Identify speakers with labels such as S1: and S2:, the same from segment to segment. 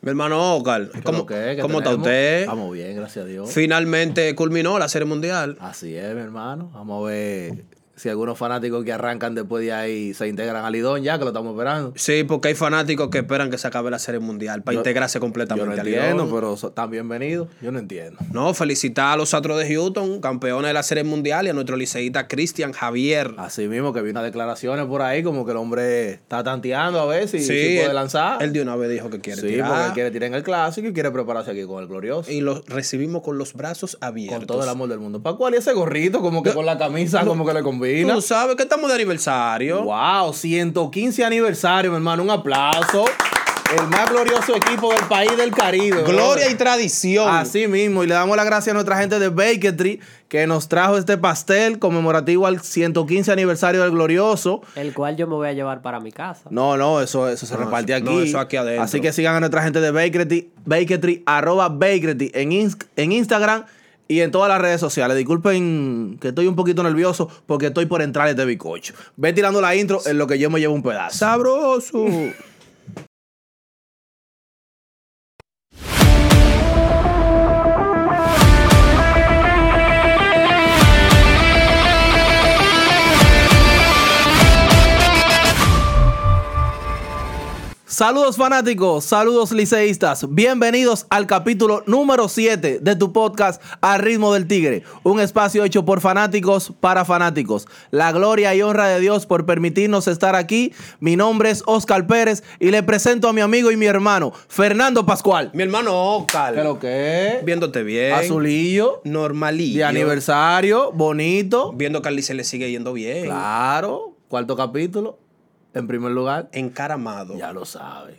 S1: Mi hermano Oscar, ¿cómo,
S2: ¿Qué, qué
S1: cómo está
S2: tenemos?
S1: usted?
S2: Estamos bien, gracias a Dios.
S1: Finalmente culminó la Serie Mundial.
S2: Así es, mi hermano. Vamos a ver si algunos fanáticos que arrancan después de ahí se integran al Lidón ya, que lo estamos esperando.
S1: Sí, porque hay fanáticos que esperan que se acabe la Serie Mundial para
S2: Yo-
S1: integrarse
S2: Yo no
S1: completamente al
S2: entiendo,
S1: Lidón.
S2: pero so- están bienvenidos. Yo no entiendo.
S1: No, felicitar a los Astros de Houston, campeones de la Serie Mundial, y a nuestro liceísta Cristian Javier.
S2: Así mismo que vi unas declaraciones por ahí, como que el hombre está tanteando a ver si, si puede
S1: él-
S2: lanzar.
S1: Él de una vez dijo que quiere
S2: sí, porque
S1: tirar.
S2: él quiere tirar en el clásico y quiere prepararse aquí con el glorioso.
S1: Y lo recibimos con los brazos abiertos.
S2: con todo el amor del mundo. ¿Para cuál? Y ese gorrito, como que con la camisa, como que le combina.
S1: Tú sabes que estamos de aniversario.
S2: Wow, 115 aniversario, mi hermano. Un aplauso. El más glorioso equipo del país del Caribe.
S1: Gloria y tradición.
S2: Así mismo, y le damos las gracias a nuestra gente de Bakery que nos trajo este pastel conmemorativo al 115 aniversario del Glorioso.
S3: El cual yo me voy a llevar para mi casa.
S2: No, no, eso, eso se
S1: No,
S2: reparte
S1: eso-
S2: aquí.
S1: no, eso aquí adentro.
S2: Así que sigan a nuestra gente de Bakery, Bakery arroba Bakery en, ins- en Instagram y en todas las redes sociales. Disculpen que estoy un poquito nervioso porque estoy por entrar este bicocho. Ve tirando la intro en lo que yo me llevo un pedazo.
S1: Sabroso.
S2: Saludos fanáticos, saludos liceístas, bienvenidos al capítulo número 7 de tu podcast Al ritmo del tigre, un espacio hecho por fanáticos para fanáticos. La gloria y honra de Dios por permitirnos estar aquí. Mi nombre es Oscar Pérez y le presento a mi amigo y mi hermano, Fernando Pascual.
S1: Mi hermano Oscar.
S2: qué?
S1: Viéndote bien.
S2: Azulillo,
S1: Normalillo.
S2: de aniversario, bonito.
S1: Viendo que al Licey le sigue yendo bien.
S2: Claro, cuarto capítulo, en primer lugar.
S1: Encaramado.
S2: Ya lo sabe,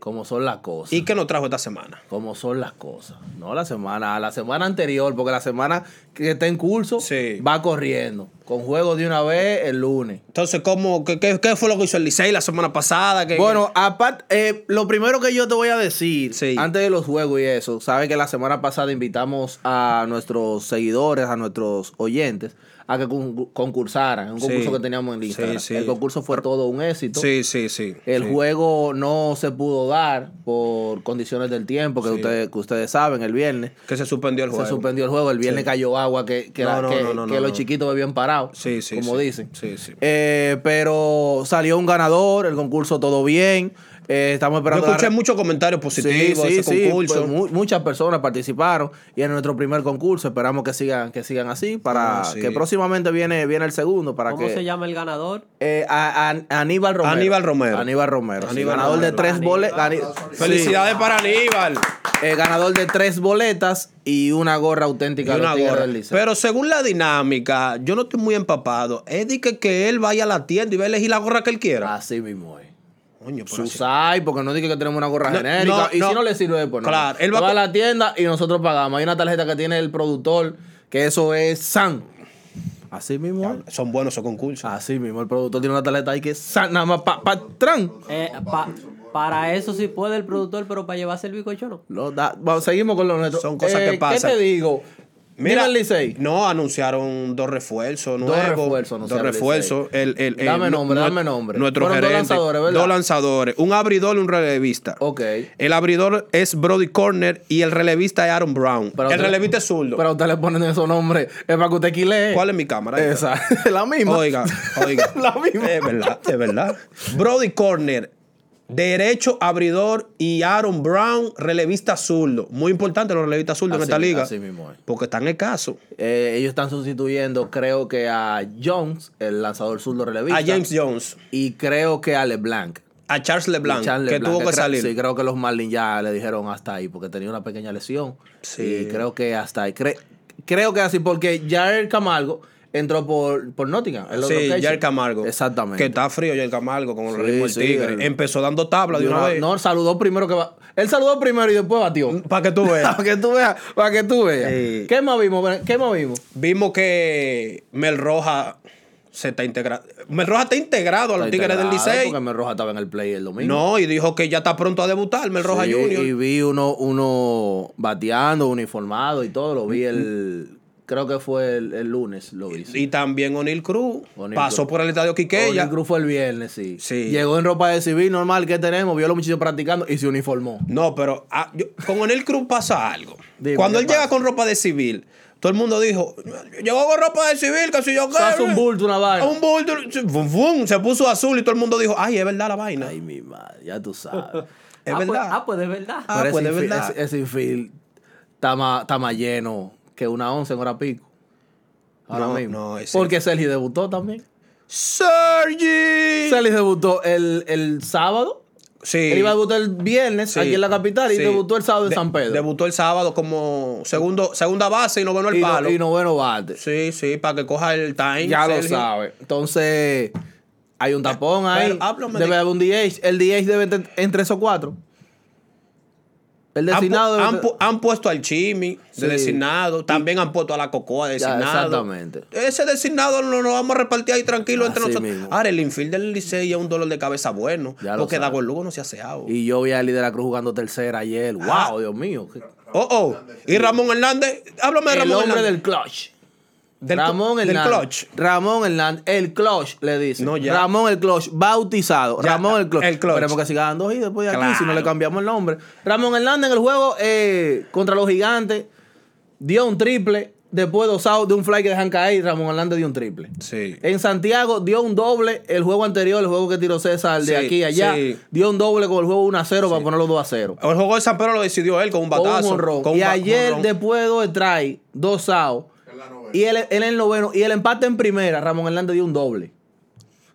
S2: cómo son las cosas.
S1: ¿Y qué nos trajo esta semana?
S2: cómo son las cosas. No la semana, la semana anterior, porque la semana que está en curso
S1: Sí.
S2: va corriendo. Con juego de una vez el lunes.
S1: Entonces, ¿cómo, qué, qué- qué fue lo que hizo el Licey la semana pasada? ¿Qué-
S2: Bueno, aparte, eh, lo primero que yo te voy a decir,
S1: Sí.
S2: antes de los juegos y eso, sabe que la semana pasada invitamos a nuestros seguidores, a nuestros oyentes, a que con- concursaran, en un
S1: Sí.
S2: concurso que teníamos en
S1: Sí,
S2: Instagram.
S1: sí.
S2: El concurso fue todo un éxito.
S1: Sí, sí, sí.
S2: El
S1: sí.
S2: juego no se pudo dar por condiciones del tiempo que,
S1: Sí.
S2: ustedes, que ustedes saben el viernes.
S1: Que se suspendió el
S2: Se
S1: juego.
S2: suspendió el juego, el viernes
S1: Sí.
S2: cayó agua, que, que,
S1: No,
S2: la-
S1: no,
S2: que-
S1: no, no,
S2: que
S1: no,
S2: los
S1: no.
S2: chiquitos bebían parados,
S1: Sí, sí.
S2: como
S1: sí.
S2: dicen.
S1: Sí, sí.
S2: Eh, pero salió un ganador, el concurso todo bien, eh, estamos
S1: Yo
S2: esperando... la
S1: escuché
S2: re-
S1: muchos comentarios
S2: Sí,
S1: positivos de
S2: sí,
S1: ese
S2: sí,
S1: concurso.
S2: pues, mu- muchas personas participaron y en nuestro primer concurso esperamos que sigan que sigan así para
S1: Ah, sí.
S2: que próximamente viene viene el segundo para
S3: ¿Cómo
S2: que
S3: se llama el ganador?
S2: Eh, a- a- Aníbal Romero
S1: Aníbal Romero.
S2: Aníbal Romero sí,
S1: Aníbal
S2: ganador
S1: Romero.
S2: de tres boletas
S1: Felicidades para Aníbal.
S2: Eh, ganador de tres boletas y una gorra
S1: Y
S2: auténtica de
S1: una
S2: los Tigres
S1: gorra.
S2: del Licey.
S1: Pero según la dinámica, yo no estoy muy empapado. Es de que, que él vaya a la tienda y va a elegir la gorra que él quiera.
S2: Así mismo es.
S1: Coño, pero así-
S2: Susay, porque no dije que tenemos una gorra
S1: No,
S2: genérica.
S1: no,
S2: y
S1: no.
S2: si no le sirve, pues no.
S1: Claro, él
S2: él
S1: va
S2: va,
S1: con-
S2: a la tienda y nosotros pagamos. Hay una tarjeta que tiene el productor, que eso es San. Así mismo es.
S1: son buenos esos concursos.
S2: Así mismo, el productor tiene una tarjeta ahí que es San, nada más pa, pa- tran.
S3: Eh, pa- para eso sí puede el productor, pero para llevarse el bicocho no.
S2: Lo da- va- seguimos con lo nuestro. Eh,
S1: Son cosas que pasan.
S2: ¿Qué te digo? Mira, el Licey.
S1: no, anunciaron dos refuerzos nuevos.
S2: refuerzos anunciaron
S1: Dos
S2: el
S1: refuerzos. El, el, el-
S2: Dame
S1: nu-
S2: nombre,
S1: nu-
S2: dame nombre.
S1: Nuestro
S2: Fueron dos
S1: gerente.
S2: lanzadores, ¿verdad? Oh.
S1: Dos lanzadores. Un abridor y un relevista.
S2: Ok.
S1: El abridor es Brody Corner y el relevista es Aaron Brown.
S2: Pero
S1: el
S2: usted-
S1: relevista es zurdo.
S2: Pero a usted le ponen esos nombres. Es para que usted quile.
S1: ¿Cuál es mi cámara? Ahí está.
S2: Esa. la misma.
S1: Oiga, oiga. Eh,
S2: La misma.
S1: Es verdad, es verdad. Brody Corner, derecho abridor y Aaron Brown, relevista zurdo. Muy importante los relevistas zurdos en
S2: Así
S1: esta
S2: mi-
S1: liga.
S2: así mismo es.
S1: Porque están escasos.
S2: Eh, ellos están sustituyendo, creo que a Jones, el lanzador zurdo relevista.
S1: A James Jones,
S2: Y creo que a LeBlanc.
S1: a Charles LeBlanc,
S2: Charles
S1: que
S2: LeBlanc,
S1: tuvo que
S2: creo-
S1: salir.
S2: Sí, creo que los Marlins ya le dijeron hasta ahí, porque tenía una pequeña lesión.
S1: Sí.
S2: Y creo que hasta ahí. Cre- creo que así, porque Jair Camargo entró por, por Nottingham. el otro
S1: Sí,
S2: catcher.
S1: Jair Camargo.
S2: Exactamente.
S1: Que está frío Jair Camargo con el
S2: Sí,
S1: ritmo del
S2: sí,
S1: tigre.
S2: el-
S1: Empezó dando tabla de una vez.
S2: No, saludó primero que va. Él saludó primero y después batió.
S1: Para que tú veas.
S2: para que tú veas, para que tú veas.
S1: Sí.
S2: ¿Qué más vimos? ¿Qué más vimos?
S1: Vimos que Mel Roja se está integrando. Mel Roja está integrado a los Tigres del Licey.
S2: Porque Mel Roja estaba en el play el domingo.
S1: No, y dijo que ya está pronto a debutar Mel Roja
S2: Sí,
S1: Junior.
S2: Y vi uno, uno bateando, uniformado y todo. Lo vi el. creo que fue el, el lunes lo hizo.
S1: Y también O'Neill Cruz
S2: O'Neal
S1: pasó
S2: Cruz.
S1: por el estadio
S2: O'Neal
S1: Quiqueya.
S2: Cruz fue el viernes, sí.
S1: Sí.
S2: Llegó en ropa de civil normal que tenemos, vio a los muchachos practicando y se uniformó.
S1: No, pero ah, yo- con O'Neill Cruz pasa algo.
S2: Dime,
S1: Cuando
S2: ¿qué
S1: él llega
S2: pasa?
S1: con ropa de civil, todo el mundo dijo, llegó con ropa de civil, que si yo qué.
S2: Se hace un bulto, una vaina.
S1: Un bulto, fum, fum, se puso azul y todo el mundo dijo, ay, es verdad la vaina.
S2: Ay, mi madre, ya tú sabes.
S1: es
S3: ah,
S1: verdad.
S3: Pues, ah, pues de verdad.
S1: Ah,
S2: Pero
S1: pues,
S2: ese
S1: de
S2: infiel-
S1: verdad.
S2: Ese, ese infield está más, está más lleno que una once en hora pico. Ahora
S1: No,
S2: mismo.
S1: no, ese-
S2: Porque Sergi debutó también.
S1: Sergi.
S2: Sergi debutó el, el sábado.
S1: Sí.
S2: Él iba a debutar el viernes
S1: Sí.
S2: aquí en la capital y
S1: Sí.
S2: debutó el sábado en
S1: De-
S2: San Pedro.
S1: Debutó el sábado como segundo, segunda base y noveno el
S2: y, no-
S1: palo.
S2: y noveno bate.
S1: Sí, sí, para que coja el time.
S2: Ya lo
S1: Sergi.
S2: sabe. Entonces, hay un tapón ahí.
S1: Pero háblame
S2: debe
S1: de-
S2: haber un DH. El DH debe estar en tres o cuatro. El
S1: Han, pu-
S2: designado. debe-
S1: han pu- han puesto al Chimi de
S2: Sí.
S1: designado. También han puesto a la Cocoa de
S2: Ya,
S1: designado.
S2: exactamente.
S1: Ese designado lo, lo vamos a repartir ahí tranquilo entre
S2: Así
S1: nosotros.
S2: mismo.
S1: Ahora, el infield del Licey es un dolor de cabeza bueno.
S2: Ya lo
S1: porque
S2: sabe.
S1: Dago Lugo no se hace agua.
S2: Y yo vi a Eli de la Cruz jugando tercera ayer. ¡Wow!
S1: Ah.
S2: Dios mío. qué-
S1: Oh, oh. Y Ramón Hernández. Háblame de
S2: El
S1: Ramón
S2: hombre
S1: Hernández.
S2: del clutch.
S1: Del cl-
S2: Ramón
S1: del
S2: Hernández.
S1: clutch.
S2: Ramón Hernández. El clutch, le dice.
S1: No, ya.
S2: Ramón el clutch, bautizado.
S1: Ya,
S2: Ramón el clutch.
S1: el clutch.
S2: Esperemos que siga dando y después de aquí,
S1: Claro.
S2: si no le cambiamos el nombre. Ramón Hernández en el juego eh, contra los gigantes dio un triple. Después dos outs de un fly que dejan caer, Ramón Hernández dio un triple.
S1: Sí.
S2: En Santiago dio un doble el juego anterior, el juego que tiró César de
S1: Sí,
S2: aquí a allá.
S1: sí.
S2: Dio un doble con el juego 1 a 0 para ponerlo 2 a 0.
S1: El juego de San Pedro lo decidió él con un
S2: Con un
S1: batazo.
S2: jonrón.
S1: con un
S2: y
S1: ba-
S2: ayer,
S1: jonrón.
S2: después de dos try, dos outs, y él, él en el noveno, y el empate en primera, Ramón Hernández dio un doble.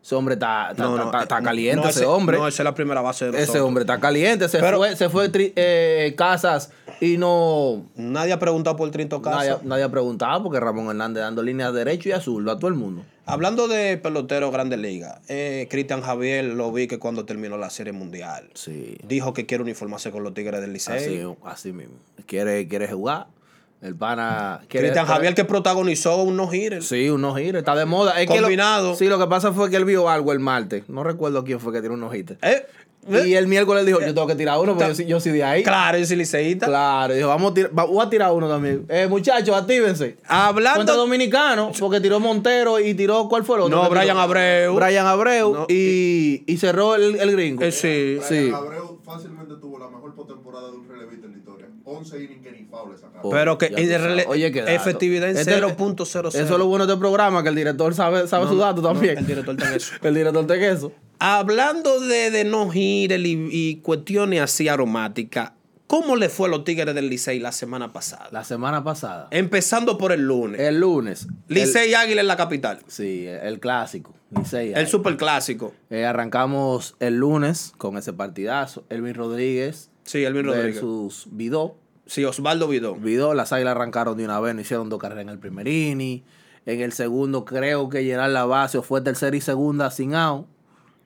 S2: Ese hombre está, está- está- está- está
S1: no, eh,
S2: caliente,
S1: no,
S2: ese, hombre.
S1: No, esa es la primera base de
S2: ese
S1: nosotros.
S2: hombre está caliente. Se
S1: Pero-
S2: fue, se fue tri- eh, Casas y no.
S1: Nadie ha preguntado por Trinto Casa.
S2: Nadie, nadie preguntaba porque Ramón Hernández dando líneas derecho y azul a todo el mundo.
S1: Hablando de pelotero Grande Liga, eh, Cristian Javier lo vi que cuando terminó la Serie Mundial
S2: Sí.
S1: dijo que quiere uniformarse con los Tigres del
S2: Así,
S1: Liceo.
S2: así mismo. Quiere, quiere jugar. El pana. quiere-
S1: Cristian Javier que protagonizó unos giros.
S2: Sí, unos giros, está de moda. Es que lo-
S1: Combinado.
S2: sí, lo que pasa fue que él vio algo el martes. No recuerdo quién fue que tiró unos giros.
S1: Eh, eh,
S2: Y el miércoles dijo, yo tengo que tirar uno porque
S1: Ta-
S2: yo, soy- yo soy de ahí.
S1: Claro, ese liceísta.
S2: Claro, dijo, vamos a tirar, va- voy a tirar uno también. Eh, muchachos, actívense. Contra
S1: Hablando.
S2: dominicano, porque tiró Montero y tiró, ¿cuál fue el otro?
S1: No,
S2: que tiró?
S1: Brian Abreu.
S2: Brian Abreu
S1: No,
S2: y, y cerró el, el gringo.
S1: Eh, sí.
S2: Sí.
S4: Brian Abreu fácilmente tuvo la mejor postemporada de un relevista en la historia. 11 innings que ni foul le sacaron.
S1: Pero que-
S2: Ah, pues, Ya tú
S1: y de
S2: sabes.
S1: rele-
S2: Oye, qué dato.
S1: efectividad en
S2: Este-
S1: 0.00.
S2: Eso es lo bueno de este programa, que el director sabe, sabe su dato
S1: no,
S2: también.
S1: el director está en eso.
S2: el director está en eso.
S1: Hablando de, de no girar y, y cuestiones así aromáticas, ¿cómo le fue a los Tigres del Licey la semana pasada?
S2: La semana pasada,
S1: Empezando por el lunes.
S2: el lunes.
S1: Licey Águila en la capital.
S2: el- sí, el clásico. Licey.
S1: El superclásico.
S2: Eh, arrancamos el lunes con ese partidazo. Elvin Rodríguez,
S1: Sí, Elvin Rodríguez.
S2: versus Vidó.
S1: Sí, Osvaldo Vidó.
S2: Vidó, las águilas arrancaron de una vez, no hicieron dos carreras en el primer inning. En el segundo, creo que llenar la base o fue tercera y segunda sin out.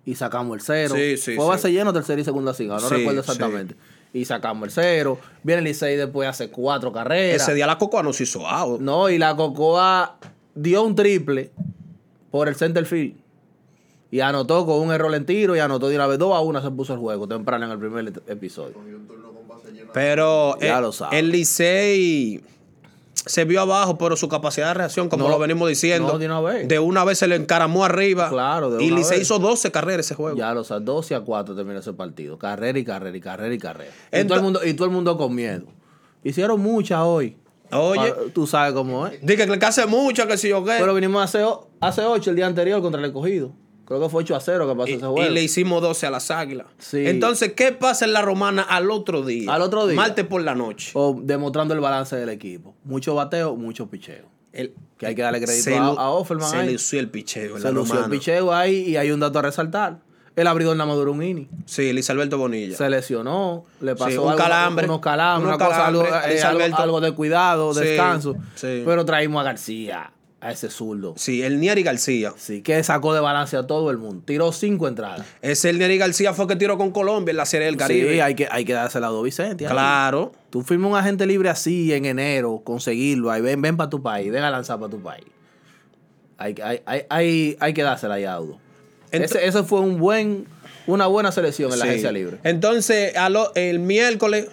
S2: Y sacamos el cero.
S1: Sí, sí,
S2: fue
S1: sí.
S2: base lleno, tercera y segunda sin out. No
S1: Sí,
S2: recuerdo exactamente. Y sacamos el cero. Viene el Licey después hace cuatro carreras.
S1: Ese día la Cocoa nos hizo out.
S2: No, y la Cocoa dio un triple por el center field. Y anotó con un error en tiro y anotó de una vez 2 a 1 se puso el juego temprano en el primer et- episodio.
S4: Cogió un turno con base llena.
S1: Pero
S2: Ya
S1: el,
S2: lo sabe.
S1: el Licey se vio abajo, pero su capacidad de reacción, como
S2: No,
S1: lo venimos diciendo,
S2: no, de una vez.
S1: de una vez se le encaramó arriba.
S2: Claro, de
S1: Y
S2: una
S1: Licey
S2: vez.
S1: hizo 12 carreras ese juego.
S2: Ya los 12 a 4 terminó ese partido. Carrera y carrera y carrera y carrera. y,
S1: Ento-
S2: todo el mundo, y todo el mundo con miedo. Hicieron muchas hoy.
S1: Oye, Eh.
S2: Pa- Tú sabes cómo es.
S1: dije que, que hace mucho, que si yo qué.
S2: Pero vinimos hace, o- hace 8 el día anterior contra el escogido. Creo que fue 8 a 0 que pasó
S1: Y,
S2: ese juego.
S1: y le hicimos 12 a las águilas.
S2: Sí.
S1: Entonces, ¿qué pasa en la romana al otro día?
S2: Al otro día. Oh,
S1: Martes por la noche.
S2: O demostrando el balance del equipo. Mucho bateo, mucho picheo.
S1: El-
S2: Que hay que darle crédito
S1: se
S2: a-
S1: lu-
S2: a Offerman
S1: Se
S2: ahí.
S1: le lució el picheo. en
S2: Se
S1: la
S2: lució el
S1: romana.
S2: picheo ahí y hay un dato a resaltar. El abridor nada más duró un inning.
S1: Sí, Luis Alberto Bonilla.
S2: Se lesionó, le pasó
S1: un
S2: algo-
S1: calambre.
S2: unos calambres,
S1: Unos
S2: una cosa, algo,
S1: calambres,
S2: eh,
S1: Luis
S2: algo-
S1: Alberto.
S2: algo de cuidado,
S1: Sí,
S2: descanso.
S1: sí.
S2: Pero traímos a García, a ese zurdo.
S1: Sí, el Nieri García.
S2: Sí, que sacó de balance a todo el mundo. Tiró cinco entradas.
S1: Ese el Nieri García fue el que tiró con Colombia en la Serie del Caribe.
S2: Sí, hay que, hay que dársela a dos Vicente. ahí.
S1: claro.
S2: Tú firmas un agente libre así en enero, conseguirlo, ahí ven, ven para tu país, ven a lanzar para tu país. Hay, que- hay, hay, hay, hay que dársela ahí a Audo.
S1: Ento-
S2: Ese, ese fue un buen, una buena selección en la
S1: Sí.
S2: agencia libre.
S1: Entonces, a lo- el miércoles,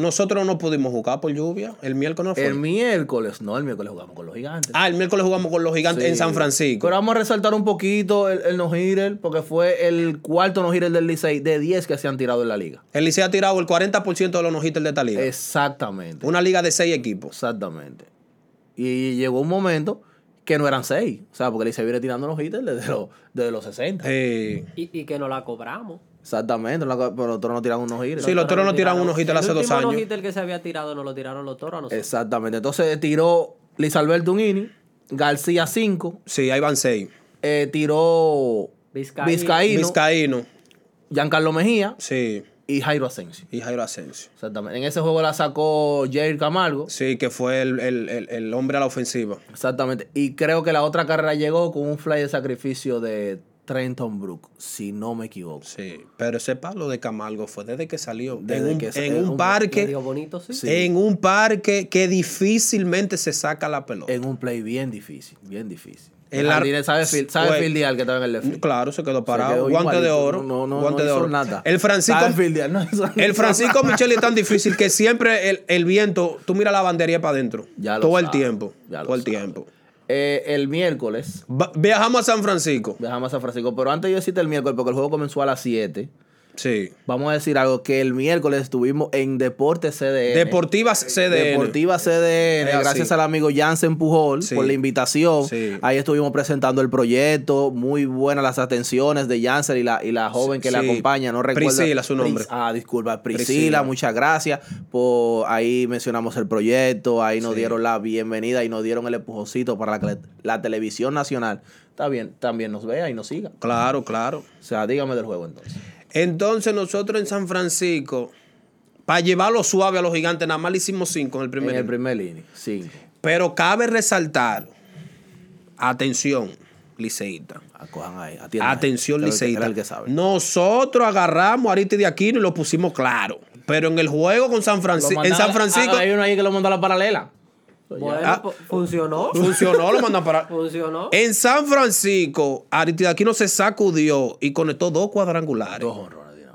S1: Nosotros no pudimos jugar por lluvia. El miércoles no fue.
S2: El miércoles, no, el miércoles jugamos con los gigantes.
S1: ah, el miércoles jugamos con los gigantes
S2: Sí.
S1: en San Francisco.
S2: Pero vamos a resaltar un poquito el, el no hitter porque fue el cuarto no hitter del Licey de 10 que se han tirado en la liga.
S1: El Licey ha tirado el 40% de los no de esta liga.
S2: Exactamente.
S1: Una liga de seis equipos.
S2: Exactamente. Y llegó un momento que no eran 6. O sea, porque el Licey viene tirando los hitters desde los, desde los 60.
S1: Eh,
S3: Y, y que nos la cobramos.
S2: Exactamente, la- pero los toros no tiraron unos hitters.
S1: Sí, los toros no tiraron unos hitters
S3: El
S1: hace dos
S3: último
S1: años.
S3: no hitter que se había tirado nos lo tiraron los toros a nosotros.
S2: Exactamente. Entonces tiró Liz Alberto un inning, García 5,
S1: sí, ahí van seis.
S2: tiró
S3: Vizcaíno.
S2: Vizcaíno,
S1: Vizcaíno,
S2: Giancarlo Mejía
S1: sí.
S2: y Jairo Asensio.
S1: Y Jairo Asensio.
S2: Exactamente. En ese juego la sacó Jair Camargo.
S1: Sí, que fue el, el- el- el hombre a la ofensiva.
S2: Exactamente. Y creo que la otra carrera llegó con un fly de sacrificio de Trenton Brook, si no me equivoco.
S1: Sí, pero ese palo de Camargo fue desde que salió.
S2: Desde
S1: en un,
S2: que sa-
S1: en
S2: en
S1: un
S2: un-
S1: parque.
S3: Medio bonito, sí.
S1: En un parque que difícilmente se saca la pelota.
S2: En un play bien difícil, bien difícil.
S1: El
S2: El
S1: ar-
S2: jardín sabe, fil- sabe
S1: Güey.
S2: fildear que estaba en el left field.
S1: Mm, Claro, se quedó
S2: Se
S1: parado.
S2: quedó
S1: guante de
S2: igualito,
S1: oro.
S2: No, no,
S1: guante
S2: no
S1: de
S2: hizo
S1: oro.
S2: nada.
S1: El Francisco.
S2: Sabe fildear, no hizo
S1: El
S2: nada.
S1: Francisco Michel es tan difícil que siempre el, el viento, tú mira la bandería para adentro.
S2: Ya lo
S1: Todo el
S2: sabe,
S1: tiempo.
S2: ya lo
S1: todo el
S2: sabe.
S1: tiempo.
S2: Eh, el miércoles,
S1: Va- viajamos a San Francisco.
S2: viajamos a San Francisco, pero antes yo decirte el miércoles, porque el juego comenzó a las 7.
S1: Sí.
S2: Vamos a decir algo, que el miércoles estuvimos en Deporte CDN.
S1: Deportivas CDN.
S2: Deportiva CDN,
S1: Es así.
S2: gracias al amigo Jansen Pujol
S1: Sí.
S2: por la invitación.
S1: Sí.
S2: Ahí estuvimos presentando el proyecto, muy buenas las atenciones de Jansen y la, y la joven que
S1: Sí.
S2: le acompaña, no recuerdo.
S1: Priscila, su nombre.
S2: Pris- ah, disculpa, Priscila,
S1: Priscila.
S2: muchas gracias. Por, ahí mencionamos el proyecto, ahí nos
S1: Sí.
S2: dieron la bienvenida y nos dieron el empujoncito para la, que- la televisión nacional. Está bien, también nos vea y nos siga.
S1: Claro, claro.
S2: O sea, dígame del juego entonces.
S1: Entonces nosotros en San Francisco, para llevarlo suave a los gigantes, nada más le hicimos cinco en el primer.
S2: en el
S1: inning.
S2: primer inning, cinco.
S1: Pero cabe resaltar, atención, liceíta.
S2: Acojan ahí, atiendan ahí.
S1: Atención,
S2: Que es el que- que
S1: liceíta.
S2: es el que sabe.
S1: Nosotros agarramos a Ariti de Aquino y lo pusimos claro. Pero en el juego con San
S2: Lo
S1: Francisco, en
S2: mandaron-
S1: San Francisco
S2: Ah, hay uno ahí que lo mandó a la paralela.
S3: Bueno,
S1: Ah. Eh,
S3: fu- Pues, funcionó.
S1: funcionó, lo mandan para.
S3: Funcionó.
S1: En San Francisco, Ariti de Aquino se sacudió y conectó dos cuadrangulares,
S2: Dos honrones de una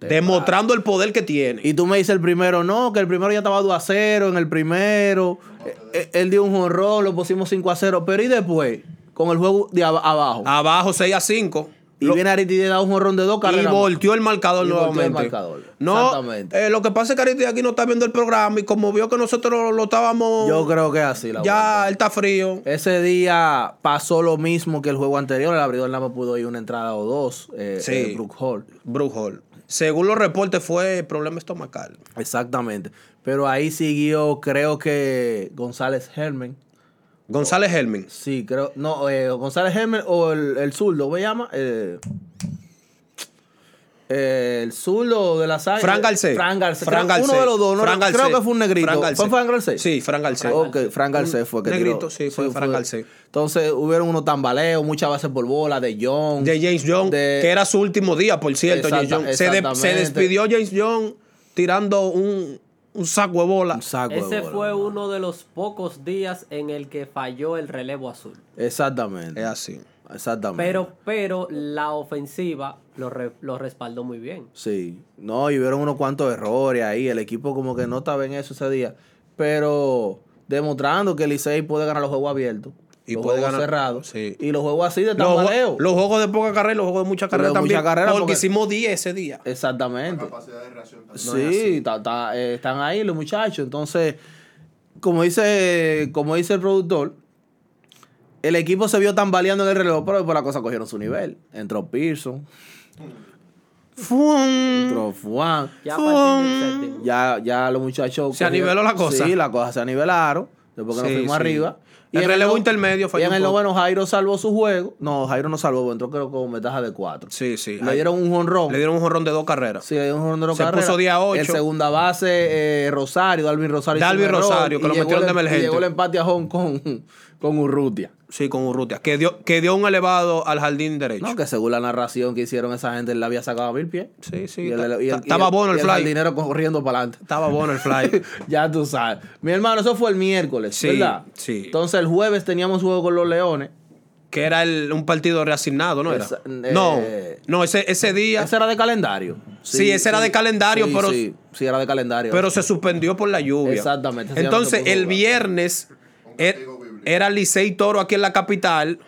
S2: vez.
S1: demostrando el poder que tiene.
S2: Y tú me dices el primero, no, que el primero ya estaba 2 a 0 en el primero. Eh, eh, él dio un honrón, lo pusimos 5 a 0. Pero y después, con el juego de ab- abajo.
S1: Abajo 6 a 5.
S2: y viene Ariti y le da un honrón de dos
S1: Ah, Y
S2: carreras. más.
S1: volteó el marcador
S2: Y volteó el
S1: nuevamente.
S2: marcador.
S1: No,
S2: Exactamente.
S1: eh, lo que pasa es que Ariti aquí no está viendo el programa y como vio que nosotros lo estábamos,
S2: Yo creo que es así la
S1: ya
S2: vuelta.
S1: él está frío.
S2: Ese día pasó lo mismo que el juego anterior. El abridor nada más pudo ir una entrada o dos. Eh,
S1: Sí.
S2: eh, Brook Hall.
S1: Bruce Hall. Según los reportes fue problema estomacal.
S2: Exactamente. Pero ahí siguió, creo que González Hermen.
S1: González Helmin.
S2: Sí, creo. No, eh, González Hermer o el, el zurdo, ¿cómo se llama? Eh, eh, el zurdo de la saga.
S1: Fran Garcés.
S2: eh, Fran Garcés.
S1: Fran
S2: Creo-
S1: Garcés.
S2: Uno de los dos. no
S1: Fran
S2: recuerdo.
S1: Garcés.
S2: creo que fue un negrito.
S1: Fran Garcés.
S2: ¿Fue Fran Garcés?
S1: Sí, Fran Garcés.
S2: Ok, Fran Garcés fue que
S1: negrito,
S2: tiró.
S1: sí, fue Fran
S2: fue-
S1: Garcés.
S2: Entonces hubieron unos tambaleos, muchas bases por bola de John.
S1: De James Young,
S2: de-
S1: que era su último día, por cierto.
S2: Exacta-
S1: James Young. Se, de- se
S2: exactamente.
S1: despidió James Young tirando un, un saco de bola.
S2: Un saco de
S3: Ese
S2: bola,
S3: fue
S2: ¿no?
S3: uno de los pocos días en el que falló el relevo azul.
S1: Es
S2: Exactamente.
S1: así.
S2: Exactamente.
S3: Pero, pero la ofensiva lo, re- lo respaldó muy bien.
S2: Sí, no, y hubieron unos cuantos errores ahí. El equipo como que no estaba en eso ese día. Pero demostrando que el Licey puede ganar los juegos abiertos.
S1: Y
S2: los
S1: puede
S2: juegos
S1: ganar-
S2: cerrados.
S1: sí.
S2: Y los juegos así de
S1: Los, jue-
S2: tambaleo.
S1: los juegos de poca carrera y los juegos de mucha carrera
S2: de mucha
S1: también.
S2: carrera,
S1: porque,
S2: porque-
S1: hicimos 10 ese día.
S4: La
S2: Exactamente.
S4: capacidad de reacción también.
S2: sí, ta- ta- eh, están ahí los muchachos. Entonces, como dice, como dice el productor, el equipo se vio tambaleando en el reloj, pero después las cosas cogieron su nivel. Entró Pearson,
S1: ¡Fum!
S2: entró Juan.
S3: Ya a
S1: Fum.
S3: partir del séptimo.
S2: ya, ya los muchachos.
S1: Se
S2: cogieron-
S1: aniveló la cosa.
S2: Sí, la cosa se anivelaron. Después que
S1: Sí,
S2: nos fuimos
S1: sí.
S2: arriba.
S1: El
S2: en
S1: relevo
S2: no-
S1: intermedio falló
S2: Y en
S1: un
S2: el
S1: poco.
S2: noveno Jairo salvó su juego. No, Jairo no salvó, entró creo con ventaja de cuatro.
S1: Sí, sí.
S2: Le dieron un jonrón.
S1: Le dieron un jorrón de dos carreras.
S2: Sí, le dieron un jonrón de
S1: Se
S2: carrera.
S1: puso día ocho.
S2: El segunda base, eh, Rosario, Dalvin Rosario. hizo
S1: Dalvin
S2: un error
S1: Rosario, que
S2: y
S1: lo
S2: llegó
S1: metieron
S2: el- em-
S1: de emergente.
S2: y Llegó el empate a home con, con Urrutia.
S1: Sí, con Urrutia. Que dio, que dio un elevado al jardín derecho.
S2: No, que según la narración que hicieron esa gente, él la había sacado a mil pies.
S1: Sí, sí,
S2: Y el-
S1: ta-
S2: y el-
S1: ta-
S2: y el-
S1: estaba bueno el
S2: y
S1: fly.
S2: El dinero corriendo para adelante.
S1: Estaba bueno el fly.
S2: ya tú sabes. Mi hermano, eso fue el miércoles,
S1: Sí,
S2: ¿verdad?
S1: sí.
S2: Entonces el jueves teníamos juego con los Leones.
S1: que era el- un partido reasignado, ¿no era?
S2: Esa- eh,
S1: no, no, ese, ese día,
S2: Ese era de calendario.
S1: Sí, ese era de calendario,
S2: sí,
S1: pero-
S2: Sí, sí, era de calendario.
S1: pero se suspendió por la lluvia.
S2: Exactamente, ese día no
S1: Entonces,
S2: se pudo
S1: el
S2: jugar.
S1: viernes
S4: Un
S1: er-
S4: castigo bíblico.
S1: era Licey Toro aquí en la capital,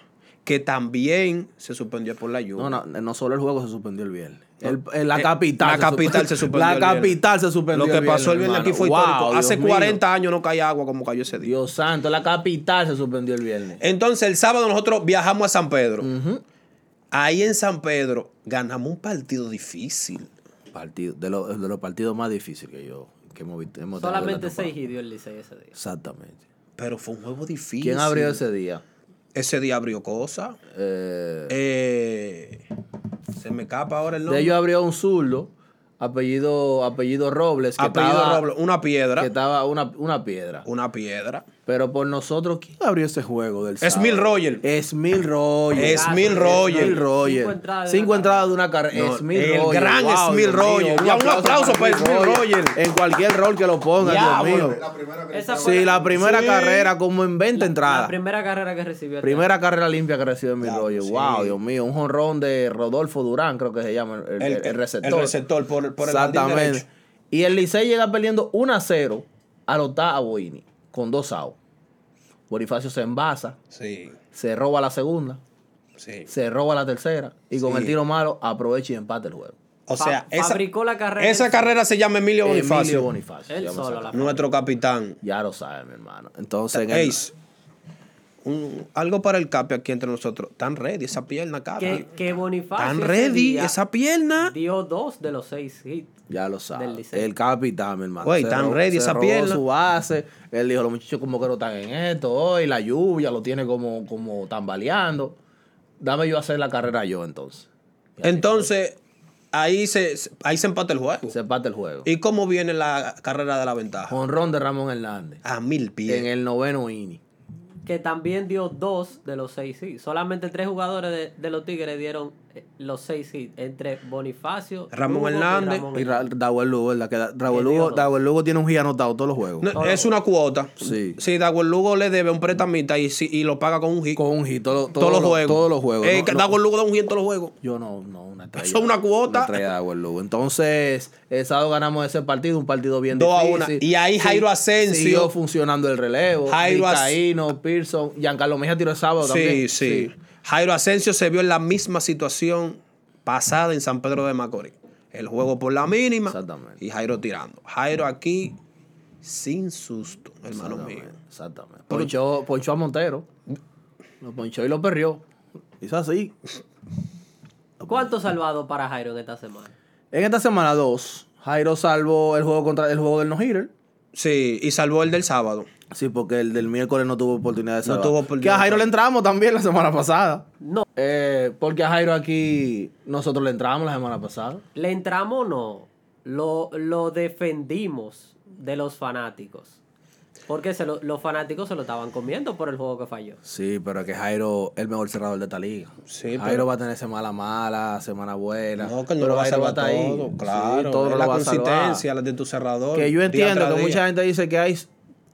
S1: que también se suspendió por la lluvia.
S2: No, no, no solo el juego se suspendió el viernes. El- en la capital.
S1: eh, La
S2: se
S1: capital
S2: suspend-
S1: se suspendió.
S2: La
S1: el viernes.
S2: capital se suspendió.
S1: Lo que pasó el viernes aquí
S2: hermano.
S1: fue
S2: Wow,
S1: histórico.
S2: Dios
S1: Hace
S2: mío.
S1: 40 años no cae agua como cayó ese día.
S2: Dios santo, la capital se suspendió el viernes.
S1: Entonces, el sábado nosotros viajamos a San Pedro. Ahí en San Pedro ganamos un partido difícil.
S2: Partido, de, los- de los partidos más difíciles que yo que hemos visto. hemos tenido en la
S3: Solamente seis
S2: temporada.
S3: y dio el Licey ese día.
S2: Exactamente.
S1: Pero fue un juego difícil.
S2: ¿Quién abrió ese día?
S1: Ese día abrió cosa.
S2: Eh,
S1: Eh, se me escapa ahora el
S2: de
S1: nombre.
S2: ellos abrió un zurdo, apellido, apellido Robles, que
S1: Apellido
S2: estaba,
S1: Robles, una
S2: que
S1: piedra.
S2: estaba una, una piedra.
S1: Una piedra.
S2: Pero por nosotros, ¿quién abrió ese juego del sábado?
S1: Esmil Roger.
S2: Esmil Roger.
S1: Esmil Roger.
S2: Esmil Roger.
S3: Cinco entradas de
S2: Cinco
S3: una
S2: entradas de una carrera.
S1: No,
S2: Esmil
S1: el
S2: Roger.
S1: gran Esmil
S2: Dios mío,
S1: Roger. Ya, un aplauso para
S2: Esmil
S1: Esmil Roger.
S2: En cualquier rol que lo ponga,
S1: Ya,
S2: Dios mío.
S1: bueno.
S4: La primera que
S3: Esa
S4: estaba-
S2: Sí, la primera
S1: Sí.
S2: carrera como en 20
S3: La
S2: entradas.
S3: primera carrera que recibió. el
S2: Primera carrera limpia que recibe Esmil Roger.
S1: sí.
S2: Wow, Dios mío. Un jonrón de Rodolfo Durán, creo que se llama el, el- el receptor.
S1: El receptor por, por el jardín
S2: Exactamente.
S1: derecho.
S2: Y el Licey llega perdiendo 1 a 0 al octavo inning con dos outs. Bonifacio se envasa,
S1: Sí,
S2: se roba la segunda,
S1: sí.
S2: se roba la tercera y con
S1: Sí.
S2: el tiro malo aprovecha y empata el juego.
S1: O
S3: Fa-
S1: sea, esa,
S3: fabricó la carrera.
S1: esa carrera se llama Emilio Bonifacio.
S2: Emilio Bonifacio.
S3: Él
S2: se llama
S3: solo
S2: esa-
S3: la-
S1: Nuestro capitán.
S2: Ya lo sabe, mi hermano. Entonces, en el-
S1: Ace. un- algo para el cape aquí entre nosotros. Tan ready esa pierna, cara.
S3: Que, que Bonifacio.
S1: Tan
S3: ese
S1: ready
S3: día
S1: esa pierna.
S3: Dio dos de los seis hits.
S2: ya lo
S3: Del
S2: sabe.
S3: Licey.
S2: El capitán, mi hermano.
S1: Güey,
S2: Se
S1: tan
S2: robó-
S1: ready
S2: se
S1: esa
S2: robó
S1: pierna.
S2: su base. Él dijo, los muchachos como que no están en esto. Hoy la lluvia lo tiene como, como tambaleando. Dame yo a hacer la carrera yo entonces.
S1: Entonces, ahí se, ahí se empata el juego.
S2: Se parte el juego.
S1: ¿Y cómo viene la carrera de la ventaja?
S2: Jonrón de Ramón Hernández.
S1: A mil
S2: En
S1: pies.
S2: el noveno inning.
S3: Que también dio dos de los seis hits. Solamente tres jugadores de, de los Tigres dieron eh, los seis hits. Entre Bonifacio,
S1: Ramón
S3: Lugo y
S1: Hernández.
S3: Ramón
S2: Y Ra- Dawel Lugo, ¿verdad? Que Da- Dawel
S3: Que
S2: Lugo,
S3: dio dos.
S2: Dawel Lugo tiene un giro anotado todos los juegos.
S1: No, es una cuota.
S2: Sí.
S1: Sí, Dagor Lugo le debe un préstamita y, si- y lo paga con un hit.
S2: Con un hit. Todos,
S1: todos, los juegos.
S2: Todos los juegos.
S1: Eh,
S2: No,
S1: que
S2: no.
S1: Dagor Lugo da un hit en todos los juegos.
S2: Yo no, no, una estrella.
S1: Eso es una cuota.
S2: estrella de Dawel Lugo. Entonces, el sábado ganamos ese partido, un partido bien
S1: Dos a
S2: difícil.
S1: una. Y ahí Jairo Asensio.
S2: Siguió funcionando el relevo.
S1: Jairo
S2: Jairo
S1: As-
S2: Asensio. Pearson. Giancarlo Mejía tiró el sábado
S1: Sí, sí,
S2: también.
S1: Jairo Asensio se vio en la misma situación pasada en San Pedro de Macorís. El juego por la mínima.
S2: Exactamente.
S1: Y Jairo tirando. Jairo aquí sin susto, hermano mío.
S2: Exactamente. exactamente. Ponchó, ponchó a Montero. Lo ponchó y lo perrió. Hizo así.
S3: Hernández. ¿Cuánto salvado para Jairo en esta semana?
S2: En esta semana 2, Jairo salvó el juego contra el juego del no-hitter.
S1: Sí, y salvó el del sábado.
S2: Sí, porque el del miércoles no tuvo oportunidad de salvar.
S1: tuvo
S2: que
S1: oportunidad
S2: a Jairo
S1: de
S2: le entramos también la semana pasada.
S3: No.
S2: Eh, porque a Jairo aquí nosotros le entramos la semana pasada.
S3: Le entramos o no. Lo, lo defendimos de los fanáticos. Porque se lo- los fanáticos se lo estaban comiendo por el juego que falló.
S2: Sí, pero es que Jairo es el mejor cerrador de esta liga.
S1: Sí,
S2: Jairo
S1: pero-
S2: va a tener semana mala, semana buena.
S1: No, que él no
S2: pero
S1: lo va a
S2: Jairo
S1: salvar
S2: estar ahí.
S1: todo. Claro,
S2: Sí, todo
S1: es
S2: lo
S1: la
S2: va a salvar.
S1: consistencia, la de tu cerrador.
S2: Que yo
S1: día
S2: entiendo
S1: tras
S2: que
S1: día.
S2: mucha gente dice que hay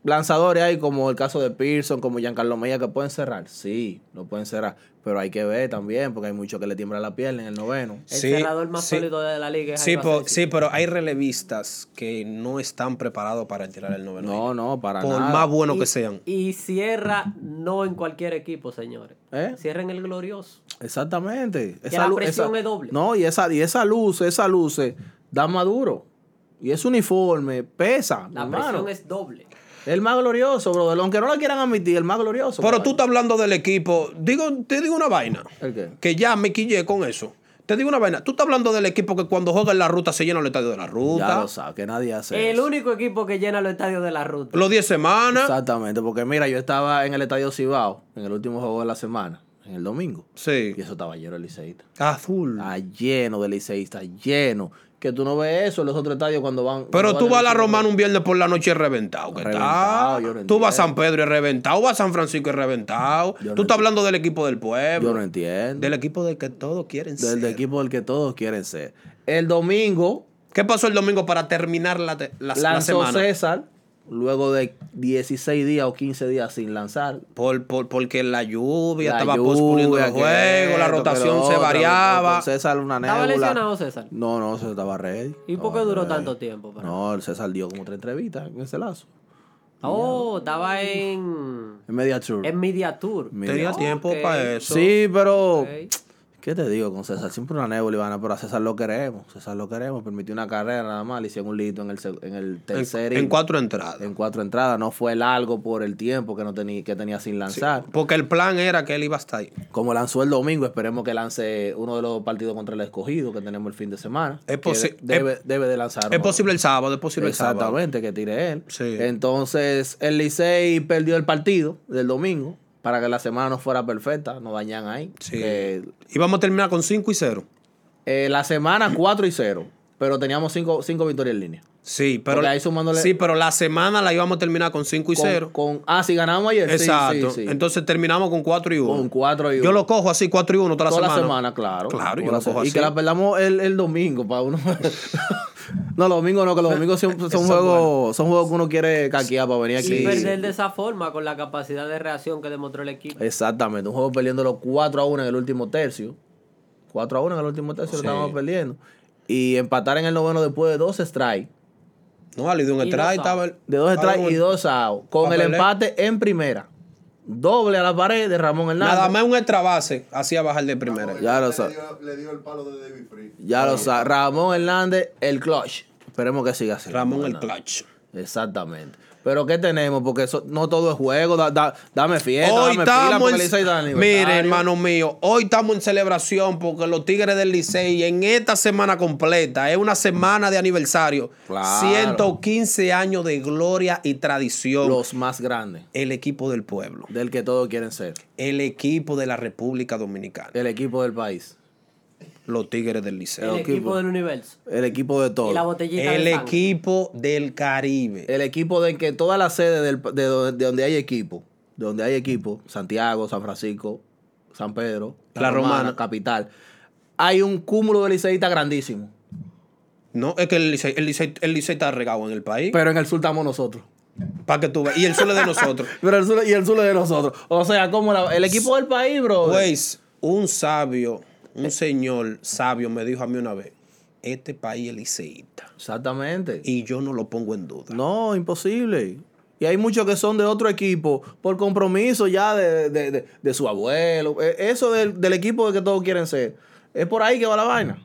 S2: lanzadores ahí, como el caso de Pearson, como Giancarlo Mella, que pueden cerrar. Sí, lo pueden cerrar. Pero hay que ver también, porque hay muchos que le tiembla la piel en el noveno.
S3: El
S1: Sí,
S3: cerrador más
S1: sí.
S3: sólido de la liga es
S1: Sí,
S3: Jairo
S1: po-
S3: Asensio.
S1: sí, pero hay relevistas que no están preparados para tirar el noveno.
S2: No, no, para
S1: por
S2: nada.
S1: más bueno
S3: Y-
S1: que sean.
S3: Y cierra no en cualquier equipo, señores.
S2: ¿Eh?
S3: Cierra en el glorioso.
S2: Exactamente.
S3: la
S2: lu-
S3: presión es doble.
S2: No, y esa, y esa luz, esa luz eh, da maduro. Y ese uniforme pesa,
S3: La
S2: hermano.
S3: presión es doble.
S2: El más glorioso, brother. Aunque no lo quieran admitir, el más glorioso.
S1: Pero
S2: brother.
S1: tú estás hablando del equipo. Digo, te digo una vaina.
S2: ¿El qué?
S1: Que ya me quillé con eso. Te digo una vaina. Tú estás hablando del equipo que cuando juega en la ruta se llena el estadio de la
S2: Ya
S1: ruta.
S2: lo sabes, que nadie hace
S3: El
S2: eso.
S3: único equipo que llena los estadios de la ruta.
S1: Los 10 semanas.
S2: Exactamente, porque mira, yo estaba en el Estadio Cibao, en el último juego de la semana, en el domingo.
S1: Sí. Mm.
S2: Y eso estaba lleno de liceístas.
S1: Azul.
S2: Está lleno de liceístas, lleno. Que tú no ves eso en los otros estadios cuando van.
S1: Pero
S2: cuando
S1: tú
S2: van
S1: vas a la
S2: liceístas.
S1: Romana un viernes por la noche y reventado. ¿qué
S2: Reventado,
S1: tal?
S2: yo no
S1: tú vas a
S2: entiendo.
S1: San Pedro y reventado. Vas a San Francisco y reventado.
S2: Yo no
S1: tú estás hablando del equipo del pueblo.
S2: Yo no entiendo.
S1: Del equipo del que todos quieren
S2: Del,
S1: ser.
S2: del equipo del que todos quieren ser. El domingo
S1: ¿Qué pasó el domingo para terminar la, te- la- la
S2: lanzó
S1: semana?
S2: César luego de 16 días o 15 días sin lanzar.
S1: Por, por- porque la lluvia
S2: La
S1: estaba posponiendo
S2: lluvia,
S1: los
S2: que
S1: juegos, la
S2: esto, que
S1: rotación
S2: lo
S1: se
S2: otro,
S1: variaba.
S2: con César una
S3: ¿Estaba
S2: nébula.
S3: lesionado César?
S2: No, no, César estaba ready.
S3: ¿Y por qué
S2: Estaba
S3: duró
S2: ready.
S3: tanto tiempo? para-
S2: No, el César dio como tres entrevistas en ese lazo.
S3: Oh, estaba en.
S2: En Media Tour.
S3: En Media Tour.
S2: Media
S1: Tenía tiempo
S3: Ok.
S1: para eso.
S2: Sí, pero.
S3: Ok.
S2: ¿Qué te digo con César? Siempre una nébula, Ivana, pero a César lo queremos. César lo queremos. Permitió una carrera nada más, le hicieron un lito en el, seg- en el
S1: en,
S2: tercer
S1: en
S2: inning,
S1: cuatro entradas.
S2: en cuatro entradas. No fue largo por el tiempo que, no tenía que tenía sin lanzar.
S1: Porque el plan era que él iba a estar ahí.
S2: Como lanzó el domingo, esperemos que lance uno de los partidos contra el escogido que tenemos el fin de semana.
S1: Es
S2: que
S1: posi-
S2: debe, debe de lanzar.
S1: Es
S2: ¿no?
S1: posible el sábado, es posible el sábado.
S2: Exactamente, que tire él.
S1: Sí.
S2: Entonces, el Licey perdió el partido del domingo para que la semana no fuera perfecta, no dañan ahí.
S1: Sí.
S2: Que,
S1: Íbamos a terminar con 5 y 0.
S2: eh, la semana 4 y 0, pero teníamos 5 victorias en línea.
S1: Sí, pero,
S2: Porque ahí sumándole-
S1: sí, pero la semana la íbamos a terminar con 5 y
S2: Con-
S1: 0.
S2: con- ah, sí, ganamos ayer. Sí,
S1: Exacto.
S2: sí, sí.
S1: Entonces terminamos con 4 y 1.
S2: Con 4 y 1.
S1: Yo lo cojo así, 4 y 1 toda la
S2: Toda
S1: semana.
S2: la semana, claro.
S1: Claro, yo
S2: Toda
S1: lo
S2: la se-
S1: cojo
S2: Y que
S1: así.
S2: la perdamos el, el domingo para uno. no, los domingos no, que los domingos son, son
S1: Eso es
S2: juegos, son juegos que uno quiere caquear para venir aquí.
S3: Y perder de esa forma con la capacidad de reacción que demostró el equipo.
S2: Exactamente, un juego perdiendo los 4 a 1 en el último tercio. 4 a 1 en el último tercio
S1: Sí.
S2: lo estábamos perdiendo. Y empatar en el noveno después de dos strikes.
S1: No, le dio un
S3: Y
S1: strike,
S3: dos
S1: estaba.
S2: De dos
S1: estaba
S2: strikes y
S1: un-
S2: dos out. Con
S1: Pa'
S2: el
S1: perder.
S2: empate en primera. Doble a la pared de Ramón Hernández.
S1: Nada más un extra base, hacía bajar de primera.
S4: Ramón
S2: Ya lo
S4: Hernández
S2: sabe.
S4: Le dio, le dio el palo de David Free.
S2: Ya lo sabes. Ramón Hernández, el clutch. Esperemos que siga así.
S1: Ramón el
S2: Hernández.
S1: clutch.
S2: Exactamente. Pero ¿qué tenemos? Porque eso, no todo es juego. Da- da- dame fiesta,
S1: Hoy
S2: dame pila,
S1: estamos
S2: porque
S1: en-
S2: el Licey está de
S1: Mire,
S2: aniversario.
S1: hermano mío, hoy estamos en celebración porque los Tigres del Licey en esta semana completa es una semana de aniversario.
S2: Claro.
S1: 115 años de gloria y tradición.
S2: Los más grandes.
S1: El equipo del pueblo,
S2: Del que todos quieren ser.
S1: el equipo de la República Dominicana,
S2: El equipo del país.
S1: los Tigres del
S3: El
S1: Licey.
S2: Pero-
S3: equipo.
S2: equipo.
S3: del universo.
S2: El equipo de
S3: Y la
S2: todo.
S3: botellita
S1: El
S3: de sangre.
S1: equipo del Caribe.
S2: El equipo de que todas las sedes del- de, do- de donde hay equipo, de donde hay equipo, Santiago, San Francisco, San Pedro,
S1: La Romana.
S2: capital, hay un cúmulo de liceístas grandísimo.
S1: No, es que el Licey, el Licey- el Licey está regado en el país.
S2: Pero en el sur estamos nosotros.
S1: Para que tú veas. Y el sur es de nosotros.
S2: Pero el sur, y el sur es de nosotros. O sea, como la- el equipo del país, bro.
S1: Pues, un sabio, un señor sabio me dijo a mí una vez, este país es liceísta
S2: Exactamente.
S1: y yo no lo pongo en duda.
S2: No, imposible. Y hay muchos que son de otro equipo por compromiso ya de, de- de- de su abuelo. Eh, Eso del, del equipo que todos quieren ser. Es por ahí que va la vaina.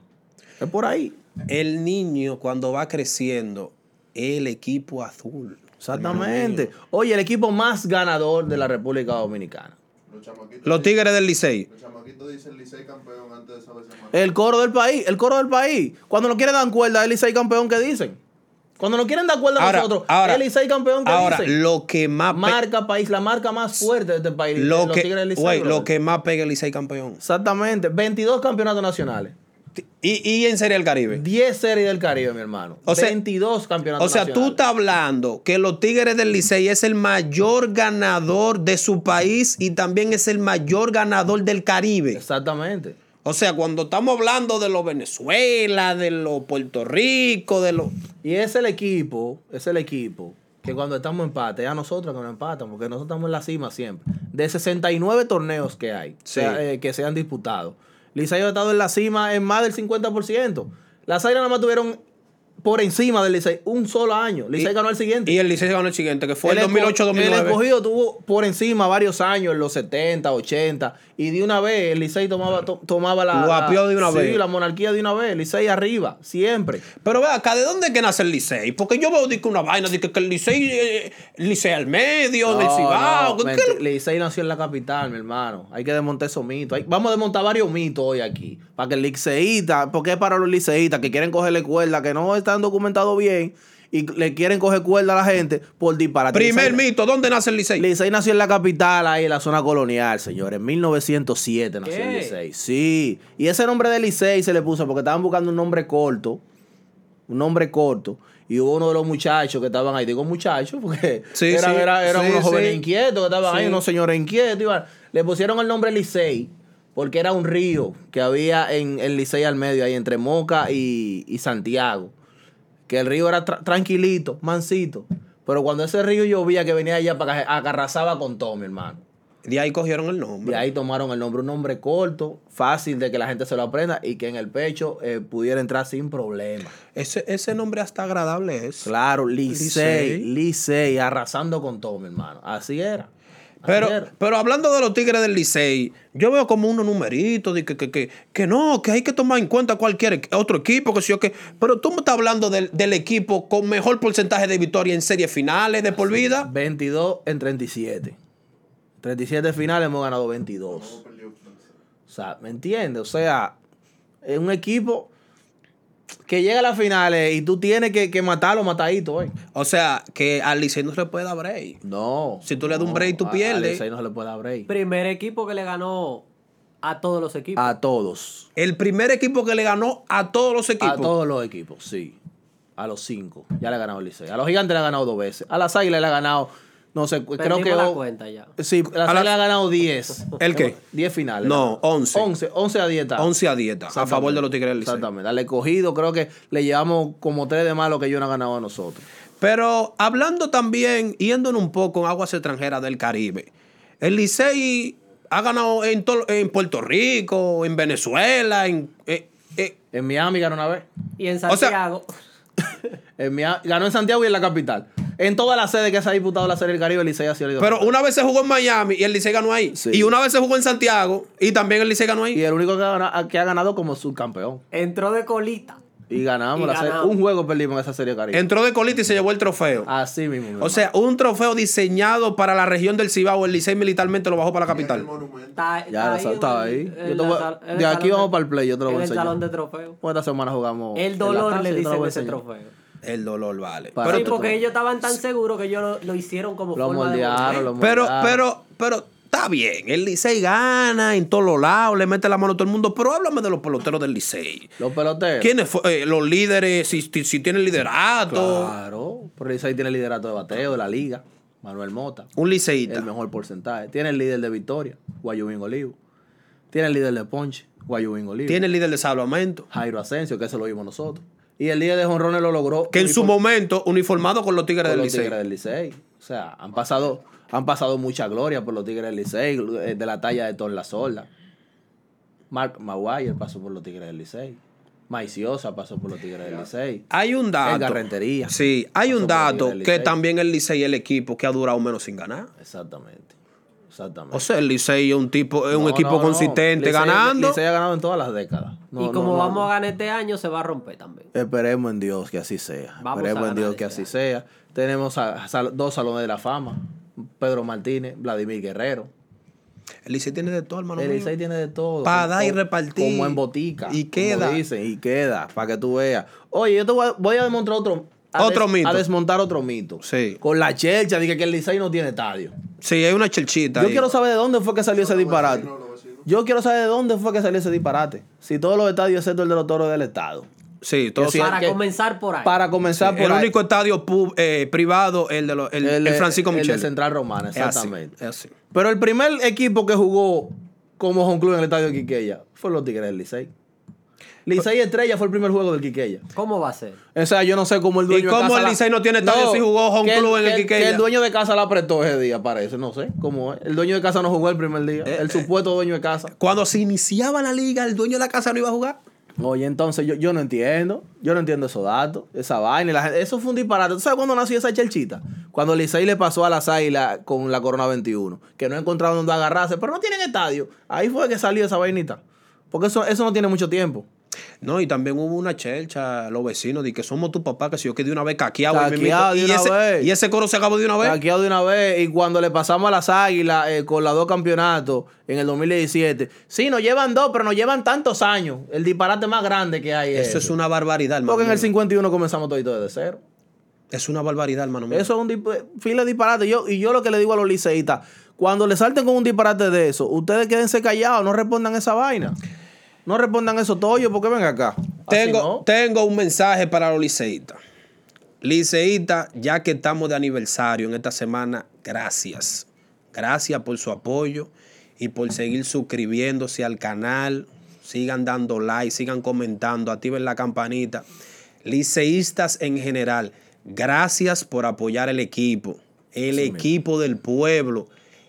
S2: Es por ahí.
S1: El niño cuando va creciendo, el equipo azul.
S2: Exactamente. Oye, el equipo más ganador de la República Dominicana.
S4: Los chamaquitos,
S1: Los
S4: dicen-
S1: Tigres del Licey.
S4: los chamaquitos dicen Licey campeón antes de saber esa marca.
S2: El coro del país. El coro del país. Cuando no quieren dar cuerda, el Licey campeón que dicen. Cuando no quieren dar cuerda a
S1: Ahora,
S2: nosotros,
S1: ahora,
S2: el Licey campeón que
S1: ahora
S2: dicen.
S1: lo que más pe-
S2: Marca país, la marca más fuerte de este país.
S1: lo
S2: los
S1: que,
S2: Tigres del Licey,
S1: güey,
S2: brother.
S1: lo que más pega el Licey campeón.
S2: Exactamente. 22 campeonatos nacionales.
S1: Y, y en Serie del Caribe.
S2: 10 series del Caribe, mi hermano.
S1: O sea-
S2: 22 campeonatos
S1: O sea, tú
S2: nacionales.
S1: estás hablando que los Tigres del Licey es el mayor ganador de su país y también es el mayor ganador del Caribe.
S2: Exactamente.
S1: O sea, cuando estamos hablando de los Venezuela, de los Puerto Rico, de los.
S2: Y es el equipo, es el equipo que cuando estamos en empate, es a nosotros que nos empatan, porque nosotros estamos en la cima siempre. De 69 torneos que hay,
S1: Sí.
S2: sea, eh, que se han disputado, Licey ha estado en la cima en más del 50%. Las Águilas nada más tuvieron por encima del Licey un solo año. Licey ganó el siguiente.
S1: Y el Licey ganó el siguiente, que fue el,
S2: esco-
S1: 2008-2009.
S2: El escogido tuvo por encima varios años, en los 70, 80. Y de una vez el Licey tomaba, to- tomaba la.
S1: Lo
S2: la-
S1: apió de una
S2: sí,
S1: vez.
S2: la monarquía de una vez. El Licey arriba, siempre.
S1: Pero ve acá, ¿de dónde es que nace el Licey? Porque yo veo di que una vaina, de que, que el Licey, eh, Licey al medio, del Cibao.
S2: no,
S1: que-
S2: mentira.
S1: que-
S2: Licey nació en la capital, mi hermano. Hay que desmontar esos mitos. Hay- vamos a desmontar varios mitos hoy aquí. Para que el liceísta, porque es para los liceístas que quieren cogerle cuerda, que no están documentados bien y le quieren coger cuerda a la gente por disparate.
S1: Primer
S2: Licey-
S1: mito, ¿dónde nace el Licey?
S2: Licey nació en la capital, ahí en la zona colonial, señores. En 1907 nació el
S3: ¿Qué?
S2: Licey. Sí. Y ese nombre de Licey se le puso porque estaban buscando un nombre corto. Un nombre corto. Y hubo uno de los muchachos que estaban ahí. Digo muchachos porque
S1: Sí,
S2: eran,
S1: sí.
S2: era- eran
S1: Sí,
S2: unos
S1: sí.
S2: jóvenes inquietos que estaban ahí,
S1: Sí.
S2: unos señores inquietos. iban. Le pusieron el nombre Licey porque era un río que había en el Licey al medio, ahí entre Moca y- y Santiago que el río era tra- tranquilito, mansito. Pero cuando ese río llovía que venía allá para acá, agarrazaba con todo, mi hermano.
S1: De ahí cogieron el nombre.
S2: Y ahí tomaron el nombre, un nombre corto, fácil de que la gente se lo aprenda y que en el pecho eh, pudiera entrar sin problema.
S1: Ese, ese nombre hasta agradable es.
S2: Claro, Licey,
S1: Licey.
S2: Licey, arrasando con todo, mi hermano. Así era. Así
S1: Pero,
S2: era.
S1: pero hablando de los Tigres del Licey, yo veo como unos numeritos de que, que, que, que no, que hay que tomar en cuenta cualquier equ- otro equipo, que sí o que. Pero tú me estás hablando del, del equipo con mejor porcentaje de victoria en series finales de por vida.
S2: 22 en 37. 37 finales hemos ganado 22.
S4: Luego perdió 15.
S2: O sea, ¿me entiendes? O sea, es un equipo que llega a las finales y tú tienes que, que matarlo matadito, eh.
S1: O sea, que al Licey no se le puede dar break.
S2: No.
S1: Si tú le das un
S2: no,
S1: break, tú
S2: a- a
S1: pierdes.
S2: Licey no se le puede dar break.
S3: Primer equipo que le ganó a todos los equipos.
S2: A todos.
S1: El primer equipo que le ganó a todos los equipos.
S2: A todos los equipos, sí. A los cinco. Ya le ha ganado el Licey. A los gigantes le ha ganado dos veces. A las águilas le ha ganado, no sé, creo
S3: Perdimos
S2: que.
S3: la
S2: o-
S3: cuenta ya.
S2: Sí, las
S1: A
S2: águilas
S1: las-
S2: le ha ganado 10.
S1: ¿El qué?
S2: 10 finales.
S1: No, 11.
S2: 11, 11 a 10.
S1: 11 a dieta a favor de los Tigres del Licey.
S2: Exactamente. Al escogido creo que le llevamos como 3 de más lo que ellos no han ganado a nosotros.
S1: Pero hablando también, yéndonos un poco en aguas extranjeras del Caribe, el Licey ha ganado en, tol- en Puerto Rico, en Venezuela, en... eh, eh,
S2: En Miami ganó una vez.
S3: Y en
S1: sea-
S3: Santiago.
S2: En Mia- ganó en Santiago y en la capital. En todas las sedes que se ha disputado la Serie del Caribe, el Licey ha sido el
S1: pero
S2: campeón.
S1: una vez se jugó en Miami y el Licey ganó ahí.
S2: Sí.
S1: Y una vez se jugó en Santiago y también el Licey ganó
S2: Y
S1: ahí.
S2: el único que ha ganado, que ha ganado como subcampeón.
S3: Entró de colita.
S2: Y ganamos
S3: Y
S2: la serie.
S3: ganamos.
S2: Un juego perdimos en esa Serie del Caribe.
S1: Entró de colita y se llevó el trofeo.
S2: Así mismo. mi
S1: o sea, un trofeo diseñado para la región del Cibao. El Licey militarmente lo bajó para la
S4: Mira el
S1: capital.
S4: monumento.
S3: Está,
S2: Ya, esa- está ahí.
S3: en- en
S2: Yo te
S3: la
S2: voy-
S3: sal- en el
S2: de aquí
S3: salón
S2: vamos pa'l play, yo te lo voy a
S3: En el
S2: enseñar.
S3: salón de trofeo.
S2: hermano. Pues esta semana jugamos.
S3: El
S2: en la
S3: dolor
S2: casa,
S3: le
S2: yo te lo
S3: dicen
S2: voy a
S3: ese
S2: enseñar.
S3: trofeo.
S1: El dolor vale.
S2: Para
S1: Pero
S3: Sí,
S2: tú-
S3: porque ellos estaban tan seguros que ellos lo, lo hicieron como
S2: Lo
S3: forma de
S2: moldearon, lo
S3: boxeo.
S1: Pero,
S2: moldearon.
S1: pero, pero, está bien. El Licey gana en todos los lados, le mete la mano a todo el mundo. Pero háblame de los peloteros del Licey.
S2: Los peloteros.
S1: ¿Quiénes fueron? los líderes, si, si- si tienen liderato.
S2: Claro. Pero el Licey tiene el liderato de bateo de la liga. Manuel Mota.
S1: Un
S2: el
S1: liceísta.
S2: mejor porcentaje. Tiene el líder de victoria, Guayubín Olivo. Tiene el líder de ponche, Guayubín Olivo.
S1: Tiene el líder de salvamento.
S2: Jairo Asensio, que eso lo vimos nosotros. Y el líder de jonrones lo logró.
S1: Que en su
S2: uniform-
S1: momento, uniformado con los
S2: con
S1: Tigres del
S2: los
S1: Licey.
S2: Tigres del Licey. O sea, han pasado, han pasado mucha gloria por los Tigres del Licey, eh, de la talla de Tom La Sorda. Mark Maguire pasó por los Tigres del Licey. Maiciosa pasó por los Tigres del Licey.
S1: Hay un dato.
S2: Edgar Rentería.
S1: Sí, hay un
S2: Pasó por los
S1: dato
S2: Tigres del
S1: que
S2: Licey.
S1: también el Licey es el equipo que ha durado menos sin ganar.
S2: Exactamente. Exactamente.
S1: O sea, el Licey es un tipo, es un
S2: No,
S1: equipo
S2: no, no.
S1: consistente
S2: Licey-
S1: ganando.
S2: Licey ha ganado en todas las décadas. No,
S3: y
S2: no,
S3: como
S2: no,
S3: vamos
S2: no.
S3: a ganar este año, se va a romper también.
S2: Esperemos en Dios que así sea.
S3: Vamos
S2: Esperemos
S3: a
S2: en
S3: ganar
S2: Dios que
S3: este
S2: así sea. Tenemos a- sal- dos salones de la fama. Pedro Martínez, Vladimir Guerrero.
S1: El Licey tiene de todo, hermano.
S2: el
S1: mío.
S2: Licey tiene de todo.
S1: Pa'
S2: Como-
S1: dar y
S2: como-
S1: repartir.
S2: Como en botica.
S1: Y
S2: como
S1: queda.
S2: dicen, y queda, para que tú veas. Oye, yo te voy a, voy a demostrar otro... a
S1: Otro mito.
S2: A desmontar otro mito.
S1: Sí.
S2: Con la chercha, dije que el Licey no tiene estadio.
S1: Sí, hay una chelchita.
S2: Yo
S1: ahí.
S2: quiero saber de dónde fue que salió ese
S4: Los
S2: disparate.
S4: vecinos, los vecinos.
S2: Yo quiero saber de dónde fue que salió ese disparate. Si todos los estadios, excepto el de los toros del estado.
S1: Sí, todo
S2: sí,
S3: Para
S2: que-
S3: comenzar por ahí.
S2: Para comenzar por
S1: el
S2: ahí.
S1: único estadio pub- eh, privado, el de los- el, el
S2: de-
S1: Francisco
S2: el de
S1: Michel.
S2: Central Romana,
S1: Es así,
S2: exactamente.
S1: es así.
S2: Pero el primer equipo que jugó como home club en el estadio de Quiqueya fue los Tigres del Licey. Licey Estrella fue el primer juego del Quiqueya.
S3: ¿Cómo va a ser?
S2: O sea, yo no sé cómo el dueño
S1: ¿Y cómo
S2: de casa
S1: el
S2: la-
S1: Licey no tiene estadio si jugó home
S2: que
S1: club en el
S2: que
S1: Quiqueya?
S2: Que el dueño de casa la apretó ese día, parece. No sé cómo es. El dueño de casa no jugó el primer día.
S1: Eh,
S2: el supuesto dueño de casa.
S1: Cuando se iniciaba la liga, el dueño de la casa no iba a jugar.
S2: Oye, entonces yo, yo no entiendo. Yo no entiendo esos datos, esa vaina. y la gente- eso fue un disparate. ¿Tú sabes cuándo nació esa chelchita? Cuando Licey le pasó a las águilas con la Corona 21, que no encontraron dónde agarrarse, pero no tienen estadio. Ahí fue que salió esa vainita. Porque eso, eso no tiene mucho tiempo.
S1: No, y también hubo una chelcha, los vecinos, de que somos tu papá, que si yo que de una vez caqueado. ahí mismito.
S2: Caqueado de
S1: y,
S2: una
S1: ese,
S2: vez.
S1: y ese coro se acabó de una vez.
S2: Hackeado de una vez. Y cuando le pasamos a las águilas eh, con las dos campeonatos en el 2017, sí, nos llevan dos, pero nos llevan tantos años. El disparate más grande que hay.
S1: Eso es una barbaridad, hermano.
S2: Porque en el
S1: mío.
S2: 51 comenzamos todo y todo desde cero.
S1: Es una barbaridad, hermano. mío.
S2: Eso es un dip- fila de disparate. Yo, y yo lo que le digo a los liceístas, cuando le salten con un disparate de eso, ustedes quédense callados, no respondan esa vaina. No respondan eso toyo, porque ven acá. Así
S1: Tengo,
S2: no.
S1: tengo un mensaje para los liceístas. Liceístas, ya que estamos de aniversario en esta semana, gracias. Gracias por su apoyo y por seguir suscribiéndose al canal. Sigan dando like, sigan comentando, activen la campanita. Liceístas en general, Gracias por apoyar el equipo, el equipo del pueblo,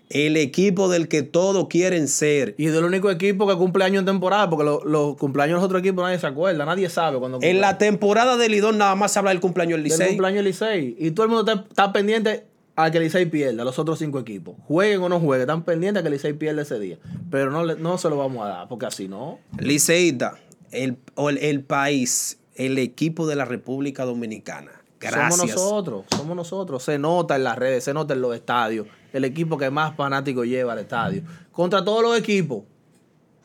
S1: el equipo del que todos quieren ser.
S2: Y del único equipo que cumple año en temporada, porque lo- los cumpleaños de los otros equipos nadie se acuerda, nadie sabe cuando
S1: En la temporada de Lidón nada más se habla del cumpleaños del
S2: del
S1: Licey.
S2: cumpleaños del Licey. Y todo el mundo está, está pendiente a que el Licey pierda, los otros cinco equipos. Jueguen o no jueguen, están pendientes a que el Licey pierda ese día. Pero no, le- no se lo vamos a dar, porque así no.
S1: Liceíta, el, o el, el país, el equipo de la República Dominicana.
S2: Somos
S1: Gracias.
S2: nosotros, somos nosotros. Se nota en las redes, se nota en los estadios. El equipo que más fanáticos lleva al estadio. Contra todos los equipos.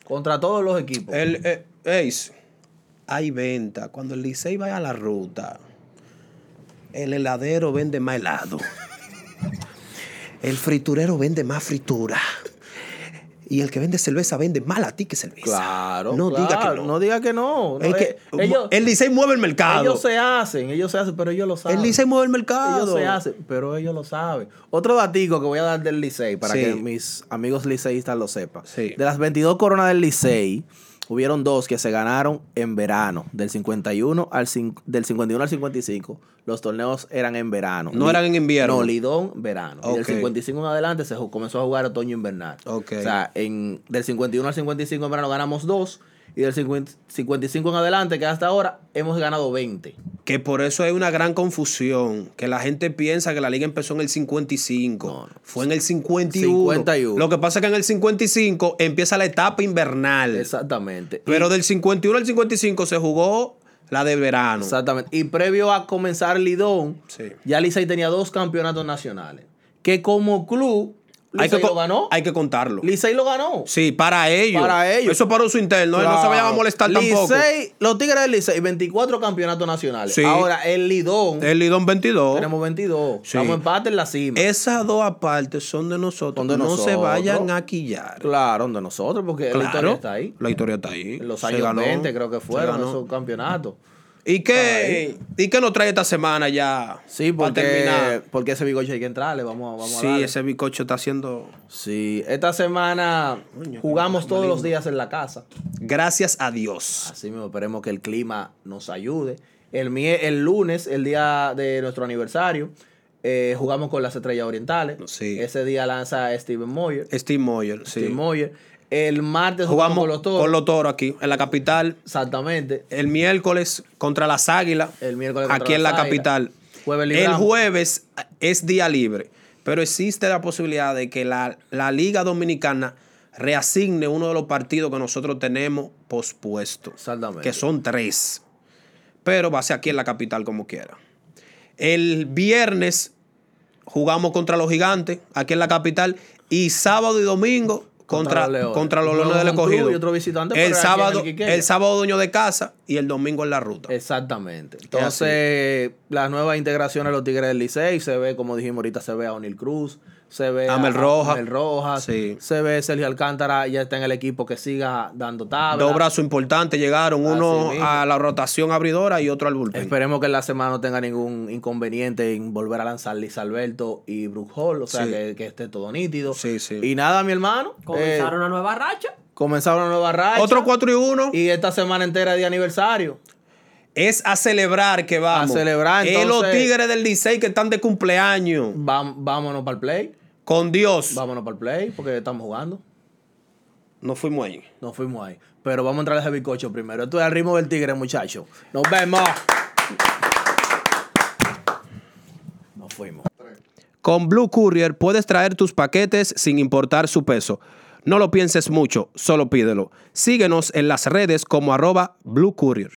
S2: Contra todos los equipos.
S1: El, eh, Ace, hay venta. Cuando el Licey vaya a la ruta, el heladero vende más helado. El friturero vende más fritura. Y el que vende cerveza vende más a ti que cerveza.
S2: claro.
S1: No diga que
S2: claro,
S1: no.
S2: diga que no. No,
S1: Es que
S2: eh, ellos,
S1: el Licey mueve el mercado.
S2: ellos se hacen, ellos se hacen, pero ellos lo saben.
S1: el Licey mueve el mercado.
S2: Ellos se hacen, pero ellos lo saben. Otro datico que voy a dar del Licey para
S1: Sí.
S2: que mis amigos liceístas lo sepan.
S1: Sí.
S2: De las 22 coronas del Licey, hubieron dos que se ganaron en verano, del 51 al cin- del 51 al 55. Los torneos eran en verano.
S1: No eran en invierno.
S2: No, Lidón verano. Y del
S1: Ok.
S2: 55 en adelante se ju- comenzó a jugar otoño invernal.
S1: Ok.
S2: O sea, en, del 51 al 55 en verano ganamos dos. Y del 50 55 en adelante, que hasta ahora hemos ganado 20.
S1: Que por eso hay una gran confusión, que la gente piensa que la liga empezó en el 55,
S2: No, no.
S1: fue en el 51.
S2: 51.
S1: Lo que pasa es que en el 55 empieza la etapa invernal,
S2: Exactamente.
S1: pero del 51 al 55 se jugó la de verano.
S2: Exactamente. Y previo a comenzar Lidón,
S1: Sí.
S2: ya Licey tenía dos campeonatos nacionales. Que como club,
S1: Hay
S2: Licey
S1: que,
S2: lo
S1: co-
S2: ganó.
S1: hay que contarlo.
S2: Licey lo ganó.
S1: Sí, para ellos.
S2: Para ellos.
S1: Eso para su interno, eh, no se vayan a molestar
S2: Licey-
S1: tampoco.
S2: Los Tigres del Licey, 24 campeonatos nacionales.
S1: Sí.
S2: Ahora, el Lidón,
S1: El Lidón 22.
S2: tenemos 22.
S1: Sí.
S2: Estamos empate en la cima.
S1: Esas dos aparte son de nosotros.
S2: Son de
S1: no se
S2: nosotros.
S1: vayan a quillar.
S2: Claro, de nosotros, porque la historia está ahí.
S1: La historia está ahí.
S2: En los
S1: Se
S2: años
S1: ganó,
S2: 20 creo que
S1: se
S2: fueron
S1: ganó.
S2: esos campeonatos.
S1: ¿Y qué, ¿Y qué nos trae esta semana ya?
S2: Sí,
S1: para
S2: porque,
S1: terminar?
S2: porque ese bigoche hay que entrarle. Vamos, vamos a
S1: Sí,
S2: darle.
S1: ese bizcocho está haciendo.
S2: Sí, esta semana jugamos todos los días en la casa.
S1: Gracias a Dios.
S2: Así mismo, esperemos que el clima nos ayude. El, mie- el lunes, el día de nuestro aniversario, eh, jugamos con las estrellas orientales.
S1: Sí.
S2: Ese día lanza Steven Moyer.
S1: Steve Moyer, sí.
S2: Steven Moyer. El martes jugamos,
S1: Jugamos
S2: con los toros.
S1: aquí, en la capital.
S2: Exactamente.
S1: El miércoles contra las Águilas.
S2: El miércoles contra
S1: Aquí en la
S2: las Águilas.
S1: capital.
S2: Jueves
S1: el
S2: libramos.
S1: jueves es día libre. Pero existe la posibilidad de que la, la Liga Dominicana reasigne uno de los partidos que nosotros tenemos pospuesto.
S2: Exactamente.
S1: que son tres. Pero va a ser aquí en la capital como quiera. El viernes jugamos contra los gigantes aquí en la capital y sábado y domingo contra,
S2: Contra los Leones.
S1: contra los
S2: Juego
S1: leones del
S2: con club
S1: escogido.
S2: y otro visitante, pero
S1: el,
S2: aquí en
S1: sábado,
S2: el
S1: el,
S2: Quiqueya.
S1: sábado dueño de casa y el domingo en la ruta.
S2: Exactamente. Entonces, las nuevas integraciones de los Tigres del Licey se ve, como dijimos ahorita, se ve a O'Neill Cruz, se ve
S1: Amel Rojas.
S2: Amel Rojas,
S1: Sí.
S2: se ve Sergio Alcántara, ya está en el equipo que siga dando tabla.
S1: Dos brazos importantes llegaron, uno
S2: Así mismo.
S1: a la rotación abridora y otro al bullpen.
S2: Esperemos que en la semana no tenga ningún inconveniente en volver a lanzar Liz Alberto y Brook Hall, o sea,
S1: Sí.
S2: que, que esté todo nítido.
S1: Sí, sí.
S2: Y nada, mi hermano.
S3: Comenzaron
S2: eh,
S3: una nueva racha.
S2: comenzaron una nueva racha.
S1: Otro 4 y 1
S2: Y esta semana entera de aniversario.
S1: es a celebrar que vamos.
S2: A celebrar,
S1: Es los
S2: entonces.
S1: tigres del Licey que están de cumpleaños.
S2: Vam- vámonos para el play.
S1: Con Dios.
S2: Vámonos para el play porque estamos jugando.
S1: Nos fuimos ahí.
S2: Nos fuimos ahí. Pero vamos a entrar a ese bizcocho primero. Esto es el ritmo del tigre, muchachos. Nos vemos. Nos fuimos.
S1: Con Blue Courier puedes traer tus paquetes sin importar su peso. No lo pienses mucho, solo pídelo. Síguenos en las redes como arroba Blue Courier.